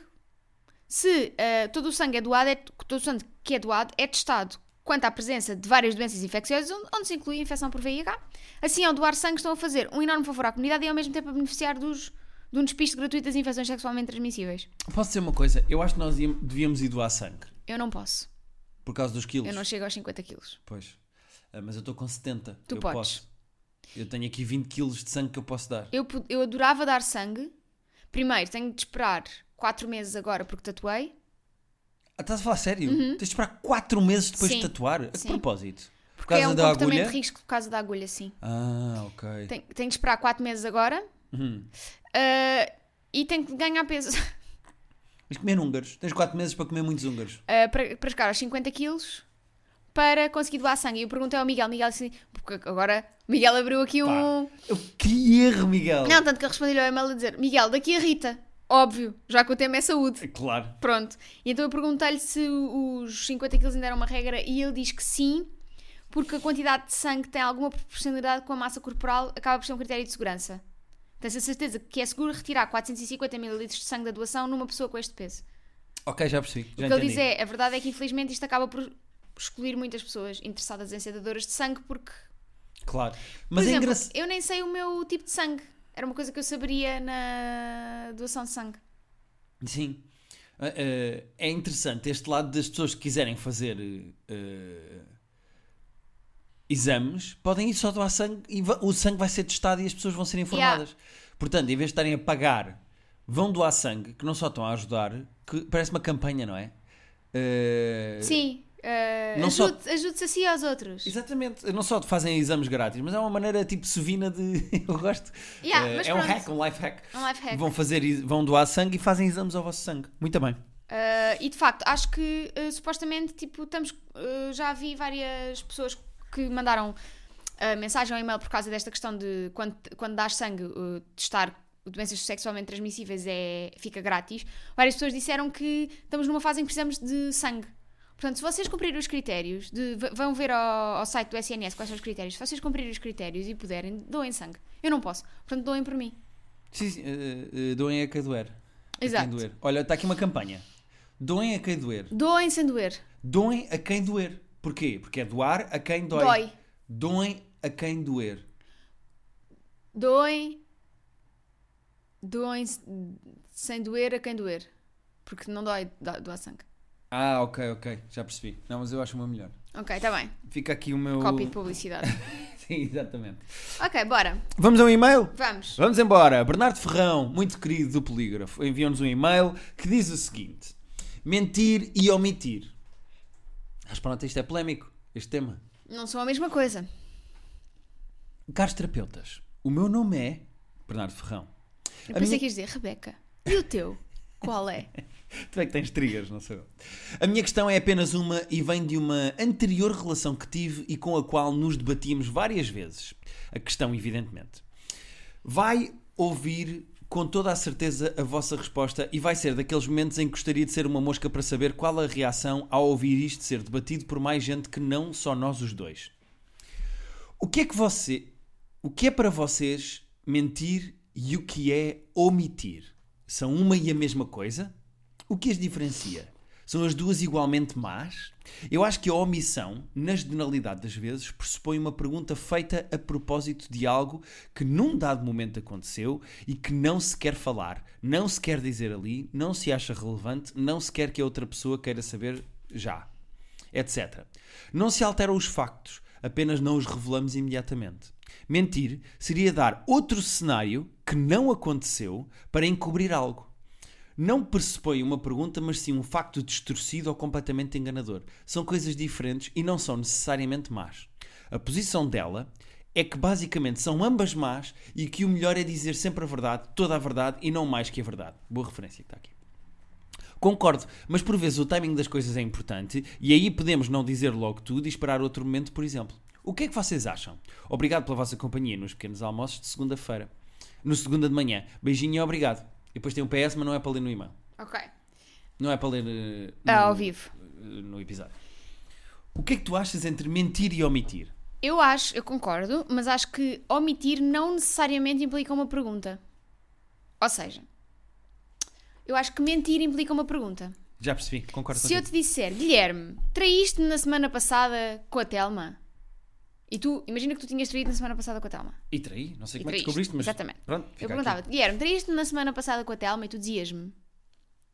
[SPEAKER 2] Se eh, todo o sangue é doado, é, todo o sangue que é doado é testado quanto à presença de várias doenças infecciosas, onde, onde se inclui a infecção por VIH. Assim, ao doar sangue, estão a fazer um enorme favor à comunidade e ao mesmo tempo a beneficiar dos, de um despiste gratuito das infecções sexualmente transmissíveis.
[SPEAKER 1] Posso dizer uma coisa? Eu acho que nós íamos- devíamos ir doar sangue.
[SPEAKER 2] Eu não posso.
[SPEAKER 1] Por causa dos quilos.
[SPEAKER 2] Eu não chego aos 50 quilos.
[SPEAKER 1] Pois. Ah, mas eu estou com 70.
[SPEAKER 2] Tu
[SPEAKER 1] eu
[SPEAKER 2] podes.
[SPEAKER 1] Posso. Eu tenho aqui 20 quilos de sangue que eu posso dar.
[SPEAKER 2] Eu, pod- eu adorava dar sangue. Primeiro, tenho de esperar 4 meses agora porque tatuei.
[SPEAKER 1] Ah, estás a falar sério? Tens de esperar 4 meses depois
[SPEAKER 2] Uhum. Sim.
[SPEAKER 1] de tatuar? A que
[SPEAKER 2] Sim.
[SPEAKER 1] propósito?
[SPEAKER 2] Porque
[SPEAKER 1] causa
[SPEAKER 2] é um
[SPEAKER 1] da
[SPEAKER 2] comportamento
[SPEAKER 1] agulha?
[SPEAKER 2] de risco por causa da agulha, sim.
[SPEAKER 1] Ah, ok.
[SPEAKER 2] Tenho, tenho de esperar 4 meses agora
[SPEAKER 1] Uhum.
[SPEAKER 2] ah, e tenho que ganhar peso [LAUGHS]
[SPEAKER 1] Mas comer húngaros. Tens 4 meses para comer muitos húngaros.
[SPEAKER 2] ah, para, para chegar aos 50 quilos para conseguir doar sangue. E eu perguntei ao Miguel, Miguel assim, porque agora o Miguel abriu aqui um.
[SPEAKER 1] Eu, que erro, Miguel!
[SPEAKER 2] Não, tanto que eu respondi-lhe ao e-mail a dizer: Miguel, daqui a Rita, óbvio, já que o tema é saúde.
[SPEAKER 1] Claro.
[SPEAKER 2] Pronto. E então eu perguntei-lhe se os 50 quilos ainda era uma regra e ele diz que sim, porque a quantidade de sangue tem alguma proporcionalidade com a massa corporal, acaba por ser um critério de segurança. Tens a certeza que é seguro retirar 450 ml de sangue da doação numa pessoa com este peso.
[SPEAKER 1] Ok, já percebi. Já
[SPEAKER 2] o que ele
[SPEAKER 1] entendi.
[SPEAKER 2] diz é, a verdade é que infelizmente isto acaba por excluir muitas pessoas interessadas em ser doadoras de sangue porque,
[SPEAKER 1] Claro.
[SPEAKER 2] por
[SPEAKER 1] Mas é
[SPEAKER 2] exemplo,
[SPEAKER 1] engraçado.
[SPEAKER 2] eu nem sei o meu tipo de sangue. Era uma coisa que eu saberia na doação de sangue.
[SPEAKER 1] Sim. Ah, ah, é interessante este lado das pessoas que quiserem fazer ah, exames, podem ir só doar sangue e va- o sangue vai ser testado e as pessoas vão ser informadas. Portanto, em vez de estarem a pagar, vão doar sangue, que não só estão a ajudar, que parece uma campanha, não é? Ah,
[SPEAKER 2] Sim, eh,
[SPEAKER 1] Não só-
[SPEAKER 2] ajude- ajude-se a si e aos outros.
[SPEAKER 1] Exatamente, não só te fazem exames grátis, mas é uma maneira tipo sovina de. [LAUGHS] Eu gosto.
[SPEAKER 2] Yeah,
[SPEAKER 1] Ah,
[SPEAKER 2] mas
[SPEAKER 1] é um
[SPEAKER 2] pronto.
[SPEAKER 1] hack, um life hack.
[SPEAKER 2] Um life hack.
[SPEAKER 1] Vão, fazer, i- vão doar sangue e fazem exames ao vosso sangue. Muito bem.
[SPEAKER 2] Uh, e de facto, acho que uh, supostamente, tipo, estamos, uh, já vi várias pessoas que mandaram uh, mensagem ou e-mail por causa desta questão de quando, quando dás sangue, uh, testar doenças sexualmente transmissíveis é, fica grátis. Várias pessoas disseram que estamos numa fase em que precisamos de sangue. Portanto, se vocês cumprirem os critérios, de- v- vão ver ao, ao site do SNS quais são os critérios. Se vocês cumprirem os critérios e puderem, doem sangue. Eu não posso, portanto, doem por mim.
[SPEAKER 1] Sim, sim, eh, eh, doem a quem doer. A quem
[SPEAKER 2] Exato.
[SPEAKER 1] doer. Olha, está aqui uma campanha. Doem a quem doer.
[SPEAKER 2] Doem sem doer.
[SPEAKER 1] Doem a quem doer. Porquê? Porque é doar a quem dói.
[SPEAKER 2] Dói.
[SPEAKER 1] Doem a quem doer.
[SPEAKER 2] Doem. Doem se- sem doer a quem doer. Porque não dói dá- doar sangue.
[SPEAKER 1] Ah, ok, ok. Já percebi. Não, mas eu acho uma melhor.
[SPEAKER 2] Ok, está bem.
[SPEAKER 1] Fica aqui o meu.
[SPEAKER 2] Copy de publicidade.
[SPEAKER 1] [LAUGHS] Sim, exatamente.
[SPEAKER 2] ok, bora.
[SPEAKER 1] Vamos ao e-mail?
[SPEAKER 2] Vamos.
[SPEAKER 1] Vamos embora. Bernardo Ferrão, muito querido do Polígrafo, enviou-nos um e-mail que diz o seguinte: mentir e omitir. Mas pronto, isto é polémico, este tema.
[SPEAKER 2] Não são a mesma coisa.
[SPEAKER 1] Caros terapeutas, o meu nome é Bernardo Ferrão.
[SPEAKER 2] Eu
[SPEAKER 1] A
[SPEAKER 2] pensei
[SPEAKER 1] minha-
[SPEAKER 2] que ias dizer, Rebeca, e o teu?
[SPEAKER 1] [LAUGHS]
[SPEAKER 2] Qual é?
[SPEAKER 1] Tu é que tens triggers, não sou eu. A minha questão é apenas uma e vem de uma anterior relação que tive e com a qual nos debatíamos várias vezes. A questão, evidentemente. Vai ouvir com toda a certeza a vossa resposta e vai ser daqueles momentos em que gostaria de ser uma mosca para saber qual a reação ao ouvir isto ser debatido por mais gente que não só nós os dois. O que é que você. O que é para vocês mentir e o que é omitir? São uma e a mesma coisa? O que as diferencia? São as duas igualmente más? Eu acho que a omissão, na generalidade das vezes, pressupõe uma pergunta feita a propósito de algo que num dado momento aconteceu e que não se quer falar, não se quer dizer ali, não se acha relevante, não se quer que a outra pessoa queira saber já etc. Não se alteram os factos, apenas não os revelamos imediatamente. Mentir seria dar outro cenário que não aconteceu para encobrir algo. Não pressupõe uma pergunta, mas sim um facto distorcido ou completamente enganador. São coisas diferentes e não são necessariamente más. A posição dela é que basicamente são ambas más e que o melhor é dizer sempre a verdade, toda a verdade e não mais que a verdade. Boa referência que está aqui. Concordo, mas por vezes o timing das coisas é importante e aí podemos não dizer logo tudo e esperar outro momento, por exemplo. O que é que vocês acham? Obrigado pela vossa companhia nos pequenos almoços de segunda-feira. No segunda de manhã. Beijinho e obrigado. E depois tem um PS, mas não é para ler no e-mail.
[SPEAKER 2] Ok.
[SPEAKER 1] Não é para ler eh, no,
[SPEAKER 2] É ao vivo.
[SPEAKER 1] eh, no episódio. O que é que tu achas entre mentir e omitir?
[SPEAKER 2] Eu acho, eu concordo, mas acho que omitir não necessariamente implica uma pergunta. Ou seja, eu acho que mentir implica uma pergunta.
[SPEAKER 1] Já percebi, concordo
[SPEAKER 2] Se eu
[SPEAKER 1] contigo.
[SPEAKER 2] te disser, Guilherme, traíste-me na semana passada com a Telma. E tu, imagina que tu tinhas traído na semana passada com a Telma.
[SPEAKER 1] E traí? Não sei
[SPEAKER 2] E
[SPEAKER 1] como é que
[SPEAKER 2] traíste,
[SPEAKER 1] descobriste, mas.
[SPEAKER 2] exatamente.
[SPEAKER 1] Pronto, fica aqui.
[SPEAKER 2] Eu perguntava-te, Guilherme, traíste-me na semana passada com a Telma e tu dizias-me,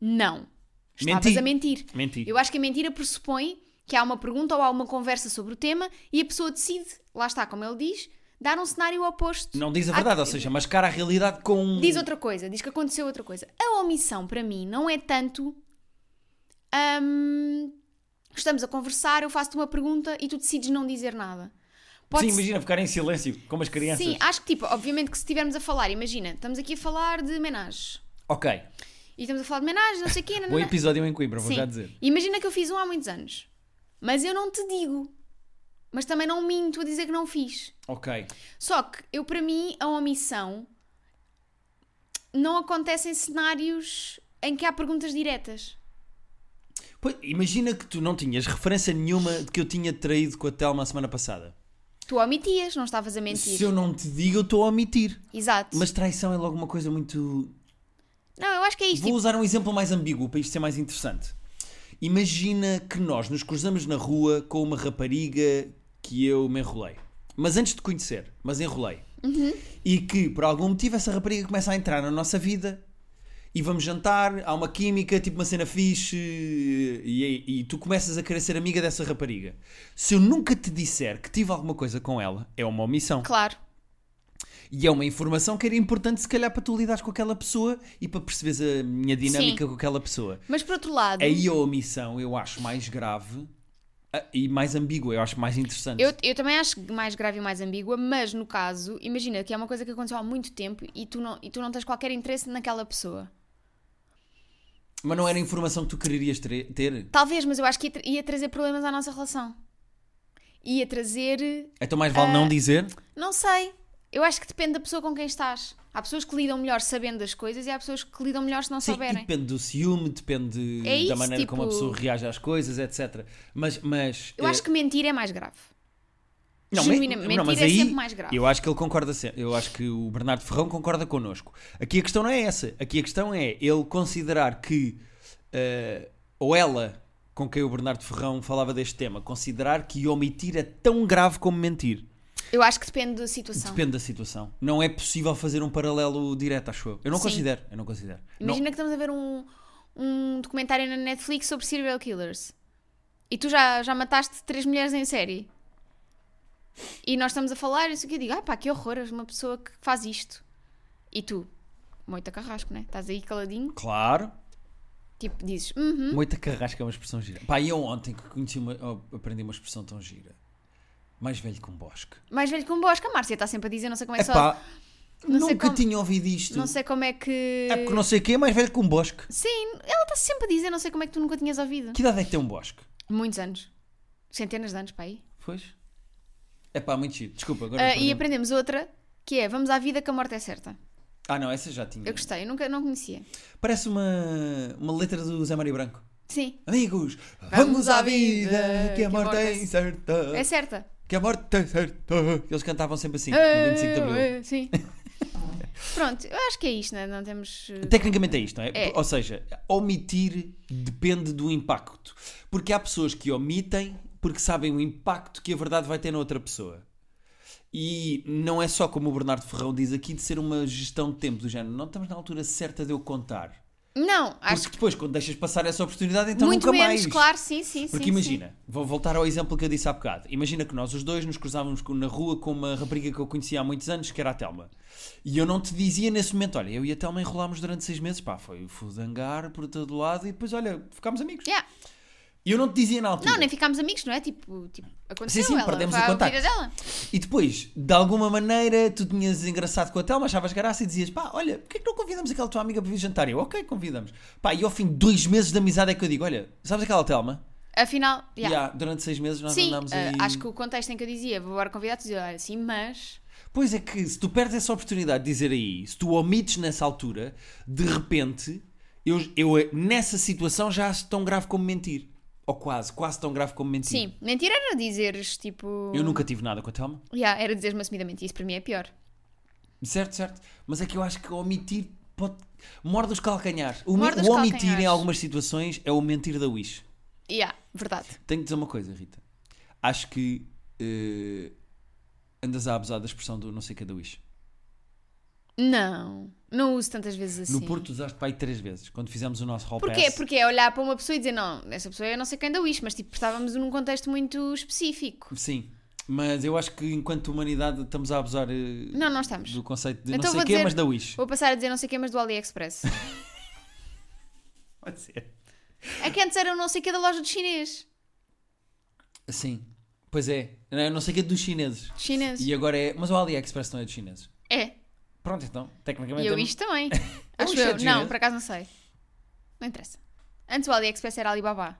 [SPEAKER 2] não. Estavas
[SPEAKER 1] Menti.
[SPEAKER 2] a mentir.
[SPEAKER 1] Menti.
[SPEAKER 2] Eu acho que a mentira pressupõe que há uma pergunta ou há uma conversa sobre o tema e a pessoa decide, lá está, como ele diz, dar um cenário oposto.
[SPEAKER 1] Não diz a
[SPEAKER 2] à-
[SPEAKER 1] verdade, ou seja, mascara a realidade com.
[SPEAKER 2] Ah, Diz outra coisa, diz que aconteceu outra coisa. A omissão, para mim, não é tanto. hum, Estamos a conversar, eu faço-te uma pergunta e tu decides não dizer nada.
[SPEAKER 1] Sim,
[SPEAKER 2] Pode-se-
[SPEAKER 1] imagina ficar em silêncio, como as crianças.
[SPEAKER 2] Sim, acho que tipo, obviamente que se estivermos a falar, imagina, estamos aqui a falar de menage.
[SPEAKER 1] Ok,
[SPEAKER 2] E estamos a falar de menage, não
[SPEAKER 1] [LAUGHS]
[SPEAKER 2] sei o quê.
[SPEAKER 1] bom
[SPEAKER 2] nananã.
[SPEAKER 1] episódio em Coimbra, vou
[SPEAKER 2] Sim.
[SPEAKER 1] já dizer.
[SPEAKER 2] Imagina que eu fiz um há muitos anos. Mas eu não te digo. Mas também não minto a dizer que não fiz.
[SPEAKER 1] Ok,
[SPEAKER 2] Só que eu, para mim, a omissão não acontece em cenários em que há perguntas diretas.
[SPEAKER 1] Pois, imagina que tu não tinhas referência nenhuma de que eu tinha traído com a Telma a semana passada.
[SPEAKER 2] Tu omitias, não estavas a mentir.
[SPEAKER 1] Se eu não te digo, eu estou a omitir.
[SPEAKER 2] Exato.
[SPEAKER 1] Mas traição é logo uma coisa muito.
[SPEAKER 2] Não, eu acho que é isto.
[SPEAKER 1] Vou
[SPEAKER 2] tipo,
[SPEAKER 1] usar um exemplo mais ambíguo para isto ser mais interessante. Imagina que nós nos cruzamos na rua com uma rapariga que eu me enrolei. Mas antes de conhecer, mas enrolei. E que por algum motivo essa rapariga começa a entrar na nossa vida e vamos jantar, há uma química, tipo uma cena fixe e, e tu começas a querer ser amiga dessa rapariga. Se eu nunca te disser que tive alguma coisa com ela, é uma omissão.
[SPEAKER 2] Claro.
[SPEAKER 1] E é uma informação que era importante, se calhar, para tu lidares com aquela pessoa e para perceberes a minha dinâmica com aquela pessoa.
[SPEAKER 2] Mas por outro lado,
[SPEAKER 1] Aí a omissão eu acho mais grave ah, e mais ambígua, eu acho mais interessante.
[SPEAKER 2] eu, eu também acho mais grave e mais ambígua, mas no caso, imagina que é uma coisa que aconteceu há muito tempo e tu não, e tu não tens qualquer interesse naquela pessoa.
[SPEAKER 1] Mas não era a informação que tu quererias tre- ter?
[SPEAKER 2] Talvez, mas eu acho que ia, tra- ia trazer problemas à nossa relação. Ia trazer.
[SPEAKER 1] Então mais
[SPEAKER 2] Ah,
[SPEAKER 1] vale não dizer?
[SPEAKER 2] Não sei. Eu acho que depende da pessoa com quem estás. Há pessoas que lidam melhor sabendo das coisas e há pessoas que lidam melhor se não
[SPEAKER 1] Sim, e
[SPEAKER 2] souberem.
[SPEAKER 1] depende do ciúme, depende
[SPEAKER 2] É
[SPEAKER 1] da
[SPEAKER 2] isso,
[SPEAKER 1] maneira como a
[SPEAKER 2] tipo-
[SPEAKER 1] pessoa reage às coisas, etc. Mas, mas
[SPEAKER 2] Eu
[SPEAKER 1] eh,
[SPEAKER 2] acho que mentir é mais grave.
[SPEAKER 1] Não,
[SPEAKER 2] Genuinamente,
[SPEAKER 1] me- não, mas
[SPEAKER 2] mentir é
[SPEAKER 1] aí,
[SPEAKER 2] sempre mais grave.
[SPEAKER 1] Eu acho que ele concorda sempre. Eu acho que o Bernardo Ferrão concorda connosco. Aqui a questão não é essa. Aqui a questão é ele considerar que. eh, ou ela, com quem o Bernardo Ferrão falava deste tema, considerar que omitir é tão grave como mentir.
[SPEAKER 2] Eu acho que depende da situação.
[SPEAKER 1] Depende da situação. Não é possível fazer um paralelo direto, acho eu. Eu não
[SPEAKER 2] Sim.
[SPEAKER 1] considero. Eu não considero. Não-
[SPEAKER 2] Imagina que estamos a ver um, um documentário na Netflix sobre serial killers. E tu já, já mataste três mulheres em série. E nós estamos a falar e isso que eu digo, ah pá, que horror, és uma pessoa que faz isto. E tu, moita carrasco, né? Estás aí caladinho,
[SPEAKER 1] Claro.
[SPEAKER 2] tipo, dizes, uhum.
[SPEAKER 1] Moita carrasca é uma expressão gira. Pá, e eu ontem que conheci uma, oh, aprendi uma expressão tão gira. Mais velho que um bosque.
[SPEAKER 2] mais velho que um bosque. A Márcia está sempre a dizer, não sei como é que só.
[SPEAKER 1] Epá,
[SPEAKER 2] não sei
[SPEAKER 1] nunca
[SPEAKER 2] como-
[SPEAKER 1] tinha ouvido isto.
[SPEAKER 2] Não sei como é que.
[SPEAKER 1] É porque não sei o que é mais velho que um bosque.
[SPEAKER 2] Sim, ela está sempre a dizer, não sei como é que tu nunca tinhas ouvido.
[SPEAKER 1] Que idade é que tem um bosque?
[SPEAKER 2] Muitos anos. Centenas de anos, para aí.
[SPEAKER 1] Pois. É pá, muito giro. Desculpa, agora.
[SPEAKER 2] Ah,
[SPEAKER 1] perdi-me.
[SPEAKER 2] e aprendemos outra, que é, vamos à vida que a morte é certa.
[SPEAKER 1] Ah, não, essa já tinha.
[SPEAKER 2] Eu gostei, eu nunca não conhecia.
[SPEAKER 1] Parece uma, uma letra do Zé Maria Branco.
[SPEAKER 2] Sim,
[SPEAKER 1] Amigos, vamos,
[SPEAKER 2] Vamos
[SPEAKER 1] à
[SPEAKER 2] à vida,
[SPEAKER 1] vida, que a morte é incerta.
[SPEAKER 2] é certa.
[SPEAKER 1] Que a morte é incerta. Eles cantavam sempre assim, no
[SPEAKER 2] Ah,
[SPEAKER 1] 25 de Abril. [LAUGHS]
[SPEAKER 2] ah, Sim. Pronto, eu acho que é isto, né? não temos. eh,
[SPEAKER 1] Tecnicamente é isto, não é?
[SPEAKER 2] É.
[SPEAKER 1] Ou seja, omitir depende do impacto. Porque há pessoas que omitem porque sabem o impacto que a verdade vai ter na outra pessoa. E não é só como o Bernardo Ferrão diz aqui de ser uma gestão de tempo do género. Não estamos na altura certa de eu contar.
[SPEAKER 2] Não,
[SPEAKER 1] Porque
[SPEAKER 2] acho que
[SPEAKER 1] depois, quando deixas passar essa oportunidade, então
[SPEAKER 2] muito
[SPEAKER 1] nunca
[SPEAKER 2] menos,
[SPEAKER 1] mais.
[SPEAKER 2] claro, sim, sim.
[SPEAKER 1] Porque
[SPEAKER 2] sim,
[SPEAKER 1] imagina, vou voltar ao exemplo que eu disse há bocado. Imagina que nós os dois nos cruzávamos com- na rua com uma rapariga que eu conhecia há muitos anos, que era a Telma. E eu não te dizia nesse momento, olha, eu e a Telma enrolámos durante seis meses, pá, foi fudangar por todo lado e depois, olha, ficámos amigos.
[SPEAKER 2] Sim. Yeah.
[SPEAKER 1] E eu não te dizia na altura.
[SPEAKER 2] Não, nem ficámos amigos, não é? Tipo, tipo aconteceu
[SPEAKER 1] sim,
[SPEAKER 2] ela,
[SPEAKER 1] perdemos
[SPEAKER 2] vai
[SPEAKER 1] o
[SPEAKER 2] à vida
[SPEAKER 1] contacto.
[SPEAKER 2] dela.
[SPEAKER 1] E depois, de alguma maneira, tu tinhas engraçado com a Telma, achavas graça e dizias, pá, olha, porquê que não convidamos aquela tua amiga para vir jantar? Eu, ok, convidamos. Pá, e ao fim de dois meses de amizade é que eu digo, olha, sabes aquela Telma?
[SPEAKER 2] Afinal,
[SPEAKER 1] Já,
[SPEAKER 2] yeah.
[SPEAKER 1] durante seis meses nós
[SPEAKER 2] sim,
[SPEAKER 1] andámos
[SPEAKER 2] eh,
[SPEAKER 1] aí...
[SPEAKER 2] acho que o contexto em que eu dizia, vou agora convidar-te a dizer, olha, sim, mas.
[SPEAKER 1] Pois é que se tu perdes essa oportunidade de dizer aí, se tu omites nessa altura, de repente, eu, eu nessa situação já acho tão grave como mentir. Ou quase, quase tão grave como mentir.
[SPEAKER 2] Sim, mentira era dizeres, tipo.
[SPEAKER 1] Eu nunca tive nada com a Telma.
[SPEAKER 2] Yeah, era dizeres-me assumidamente, isso para mim é pior.
[SPEAKER 1] Certo, certo. Mas é que eu acho que omitir pode... Morde os calcanhares. O,
[SPEAKER 2] Morde os
[SPEAKER 1] o omitir
[SPEAKER 2] calcanhares.
[SPEAKER 1] em algumas situações é o mentir da Wish.
[SPEAKER 2] Yeah, verdade.
[SPEAKER 1] Tenho que dizer uma coisa, Rita. Acho que eh, andas a abusar da expressão do não sei o que é da Wish.
[SPEAKER 2] Não, não uso tantas vezes assim.
[SPEAKER 1] No Porto usaste pai três vezes, quando fizemos o nosso hall
[SPEAKER 2] Porquê?
[SPEAKER 1] pass.
[SPEAKER 2] Porque é olhar para uma pessoa e dizer, não, essa pessoa eu não sei quem da Wish, mas tipo, estávamos num contexto muito específico.
[SPEAKER 1] Sim, mas eu acho que enquanto humanidade estamos a abusar eh,
[SPEAKER 2] Não, não estamos.
[SPEAKER 1] do conceito de não
[SPEAKER 2] Então
[SPEAKER 1] sei
[SPEAKER 2] vou
[SPEAKER 1] o quê,
[SPEAKER 2] dizer-
[SPEAKER 1] mas da Wish.
[SPEAKER 2] Vou passar a dizer não sei quem, mas do AliExpress.
[SPEAKER 1] Pode ser.
[SPEAKER 2] um é que antes era o não sei quem da loja de chinês.
[SPEAKER 1] Sim. Pois é. Eu não sei que é dos chineses.
[SPEAKER 2] Chineses.
[SPEAKER 1] E agora é. Mas o AliExpress não é dos chineses.
[SPEAKER 2] É.
[SPEAKER 1] Pronto, então.
[SPEAKER 2] E
[SPEAKER 1] Tecnicamente.
[SPEAKER 2] eu
[SPEAKER 1] é-
[SPEAKER 2] isto
[SPEAKER 1] [LAUGHS]
[SPEAKER 2] também.
[SPEAKER 1] É um
[SPEAKER 2] Acho
[SPEAKER 1] chat
[SPEAKER 2] eu. Não,
[SPEAKER 1] chinês.
[SPEAKER 2] por acaso não sei. Não interessa. Antes o AliExpress era Alibaba.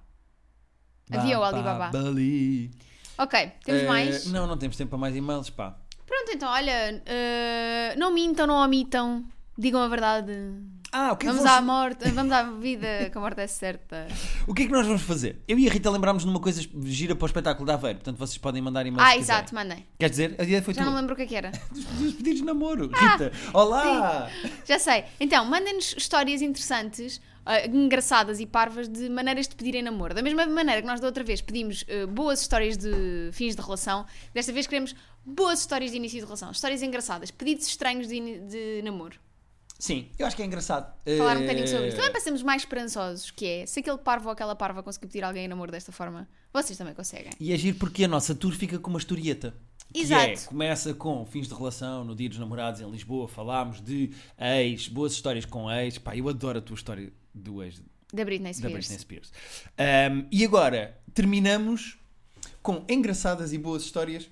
[SPEAKER 2] Havia o Alibaba.
[SPEAKER 1] Babali.
[SPEAKER 2] Ok, temos
[SPEAKER 1] Eh,
[SPEAKER 2] mais.
[SPEAKER 1] Não, não temos tempo para mais e-mails, pá.
[SPEAKER 2] Pronto, então, olha. eh, não mintam, não omitam. Digam a verdade.
[SPEAKER 1] Ah, o que, é que
[SPEAKER 2] Vamos
[SPEAKER 1] vamos-
[SPEAKER 2] à morte, vamos à vida, que a morte é certa.
[SPEAKER 1] o que é que nós vamos fazer? Eu e a Rita lembrámos de uma coisa gira para o espetáculo da Aveiro, portanto vocês podem mandar e-mails.
[SPEAKER 2] ah,
[SPEAKER 1] se quiserem.
[SPEAKER 2] exato, mandem.
[SPEAKER 1] Queres dizer? A ideia foi
[SPEAKER 2] Já não
[SPEAKER 1] tua.
[SPEAKER 2] lembro Ah, o que é que era.
[SPEAKER 1] Dos dos pedidos de namoro. Rita, olá!
[SPEAKER 2] Já sei. Então, mandem-nos histórias interessantes, ah, engraçadas e parvas de maneiras de pedirem namoro. Da mesma maneira que nós da outra vez pedimos ah, boas histórias de fins de relação, desta vez queremos boas histórias de início de relação, histórias engraçadas, pedidos estranhos de, ini- de namoro.
[SPEAKER 1] Sim, eu acho que é engraçado.
[SPEAKER 2] Falar um
[SPEAKER 1] Eh,
[SPEAKER 2] bocadinho sobre isto. Também para sermos mais esperançosos, que é, se aquele parvo ou aquela parva conseguir pedir alguém em namoro desta forma, vocês também conseguem.
[SPEAKER 1] E agir porque a nossa tour fica com uma historieta. Que
[SPEAKER 2] Exato.
[SPEAKER 1] é, começa com fins de relação, no dia dos namorados em Lisboa, falámos de ex, boas histórias com ex. Pá, eu adoro a tua história do ex
[SPEAKER 2] Da
[SPEAKER 1] da
[SPEAKER 2] Britney Spears.
[SPEAKER 1] Britney Spears. Ahm, e agora, terminamos com engraçadas e boas histórias.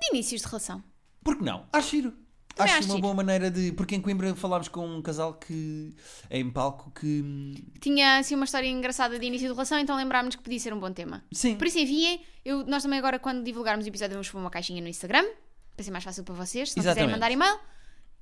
[SPEAKER 2] De inícios de relação.
[SPEAKER 1] Por que não? Acho giro.
[SPEAKER 2] Também
[SPEAKER 1] acho
[SPEAKER 2] acho
[SPEAKER 1] uma
[SPEAKER 2] giro.
[SPEAKER 1] boa maneira de. Porque em Coimbra falámos com um casal que. em palco que. hum,
[SPEAKER 2] Tinha assim uma história engraçada de início de relação, então lembrámos que podia ser um bom tema.
[SPEAKER 1] Sim.
[SPEAKER 2] Por isso enviem. Eu- nós também agora, quando divulgarmos o episódio, vamos pôr uma caixinha no Instagram, para ser mais fácil para vocês, se não quiserem
[SPEAKER 1] Exatamente.
[SPEAKER 2] mandar e-mail.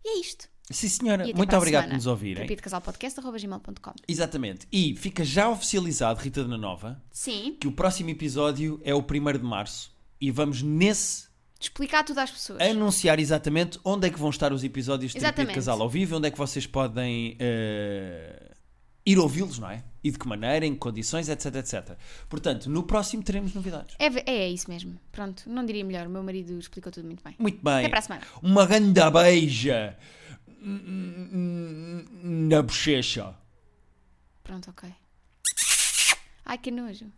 [SPEAKER 2] E é isto.
[SPEAKER 1] Sim, senhora.
[SPEAKER 2] E até
[SPEAKER 1] Muito
[SPEAKER 2] para a
[SPEAKER 1] obrigado por
[SPEAKER 2] semana.
[SPEAKER 1] nos ouvirem.
[SPEAKER 2] Terapia de casal podcast, arroba gmail.com.
[SPEAKER 1] Exatamente. E fica já oficializado, Rita da Nova,
[SPEAKER 2] Sim.
[SPEAKER 1] que o próximo episódio é o 1 de março e vamos nesse
[SPEAKER 2] Explicar tudo às pessoas.
[SPEAKER 1] anunciar exatamente onde é que vão estar os episódios de Terapia de
[SPEAKER 2] Exatamente.
[SPEAKER 1] Casal ao vivo, onde é que vocês podem eh, ir ouvi-los, não é? E de que maneira, em que condições, etc, etc. Portanto, no próximo teremos novidades.
[SPEAKER 2] É, ve- é, é isso mesmo. Pronto, não diria melhor. O meu marido explicou tudo muito bem.
[SPEAKER 1] Muito bem.
[SPEAKER 2] Até para a semana.
[SPEAKER 1] Uma grande beija na bochecha.
[SPEAKER 2] Pronto, ok. Ai, que nojo.